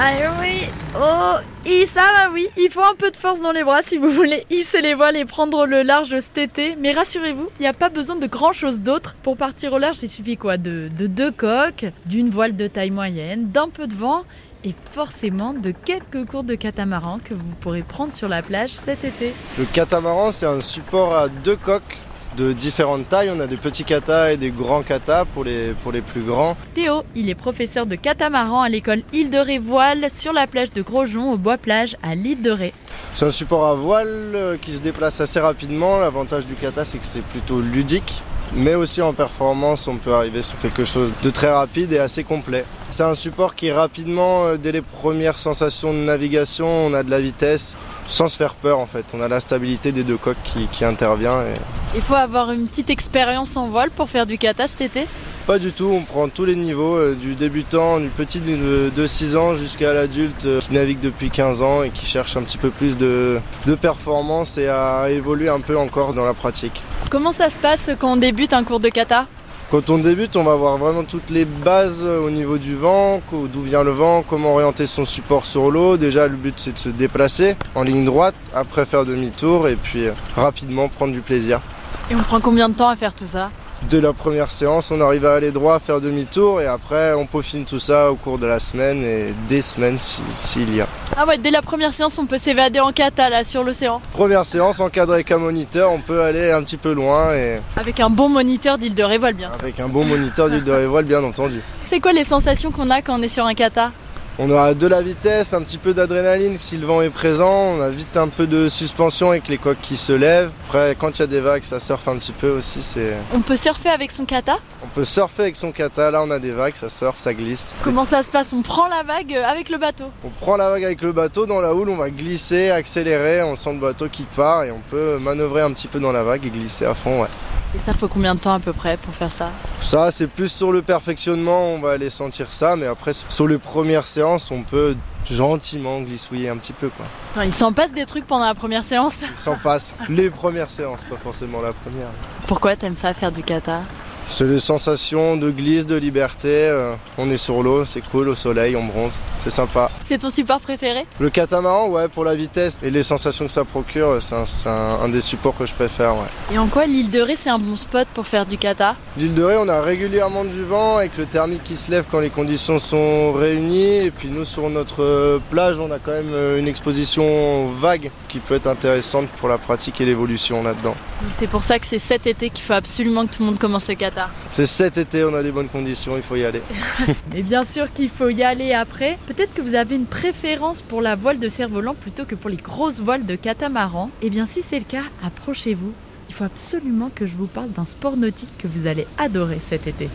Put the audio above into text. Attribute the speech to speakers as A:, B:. A: Allez, oui. Oh, et ça, bah oui, il faut un peu de force dans les bras si vous voulez hisser les voiles et prendre le large cet été. Mais rassurez-vous, il n'y a pas besoin de grand chose d'autre. Pour partir au large, il suffit quoi de, de deux coques, d'une voile de taille moyenne, d'un peu de vent et forcément de quelques cours de catamaran que vous pourrez prendre sur la plage cet été.
B: Le catamaran, c'est un support à deux coques de différentes tailles. On a des petits katas et des grands katas pour les, pour les plus grands.
A: Théo, il est professeur de catamaran à l'école Île de Ré Voile sur la plage de Grosjean au Bois-Plage à l'île de Ré.
B: C'est un support à voile euh, qui se déplace assez rapidement. L'avantage du kata, c'est que c'est plutôt ludique. Mais aussi en performance, on peut arriver sur quelque chose de très rapide et assez complet. C'est un support qui rapidement, euh, dès les premières sensations de navigation, on a de la vitesse sans se faire peur en fait. On a la stabilité des deux coques qui, qui intervient et
A: Il faut avoir une petite expérience en voile pour faire du kata cet été.
B: Pas du tout, on prend tous les niveaux, euh, du débutant, du petit de, de 6 ans jusqu'à l'adulte euh, qui navigue depuis 15 ans et qui cherche un petit peu plus de, de performance et à évoluer un peu encore dans la pratique.
A: Comment ça se passe quand on débute un cours de kata
B: Quand on débute, on va avoir vraiment toutes les bases euh, au niveau du vent, co- d'où vient le vent, comment orienter son support sur l'eau. Déjà, le but c'est de se déplacer en ligne droite, après faire demi-tour et puis euh, rapidement prendre du plaisir.
A: Et on prend combien de temps à faire tout ça
B: Dès la première séance, on arrive à aller droit, faire demi-tour et après on peaufine tout ça au cours de la semaine et des semaines si- s'il y a.
A: Ah ouais, dès la première séance, on peut s'évader en kata là sur l'océan.
B: Première séance, encadrée avec un moniteur, on peut aller un petit peu loin et
A: Avec un bon moniteur d'île de révoile bien. sûr.
B: avec un bon moniteur d'huile de révoile bien entendu.
A: C'est quoi les sensations qu'on a quand on est sur un kata
B: On aura de la vitesse, un petit peu d'adrénaline si le vent est présent, on a vite un peu de suspension avec les coques qui se lèvent. Après quand il y a des vagues, ça surfe un petit peu aussi, c'est
A: On peut surfer avec son kata
B: on peut surfer avec son kata, là on a des vagues, ça surfe, ça glisse.
A: Comment ça se passe On prend la vague euh, avec le bateau.
B: On prend la vague avec le bateau, dans la houle on va glisser, accélérer, on sent le bateau qui part et on peut manœuvrer un petit peu dans la vague et glisser à fond. Ouais.
A: Et ça faut combien de temps à peu près pour faire ça
B: Ça c'est plus sur le perfectionnement, on va aller sentir ça, mais après sur les premières séances on peut gentiment glissouiller un petit peu quoi.
A: Attends, il s'en passe des trucs pendant la première séance.
B: Il s'en passe les premières séances, pas forcément la première.
A: Pourquoi t'aimes ça faire du kata
B: C'est les sensations de glisse, de liberté, euh, on est sur l'eau, c'est cool, au soleil, on bronze, c'est sympa.
A: C'est ton support préféré
B: Le catamaran ouais pour la vitesse et les sensations que ça procure, euh, c'est un, c'est un- un des supports que je préfère ouais.
A: Et en quoi l'île de Ré c'est un bon spot pour faire du kata
B: L'île de Ré, on a régulièrement du vent avec le thermique qui se lève quand les conditions sont réunies. Et puis nous, sur notre euh, plage, on a quand même euh, une exposition vague qui peut être intéressante pour la pratique et l'évolution là-dedans.
A: Donc C'est pour ça que c'est cet été qu'il faut absolument que tout le monde commence le kata.
B: C'est cet été, on a des bonnes conditions, il faut y aller.
A: Mais bien sûr qu'il faut y aller après. Peut-être que vous avez une préférence pour la voile de cerf-volant plutôt que pour les grosses voiles de catamaran. Eh bien, si c'est le cas, approchez-vous. Il faut absolument que je vous parle d'un sport nautique que vous allez adorer cet été.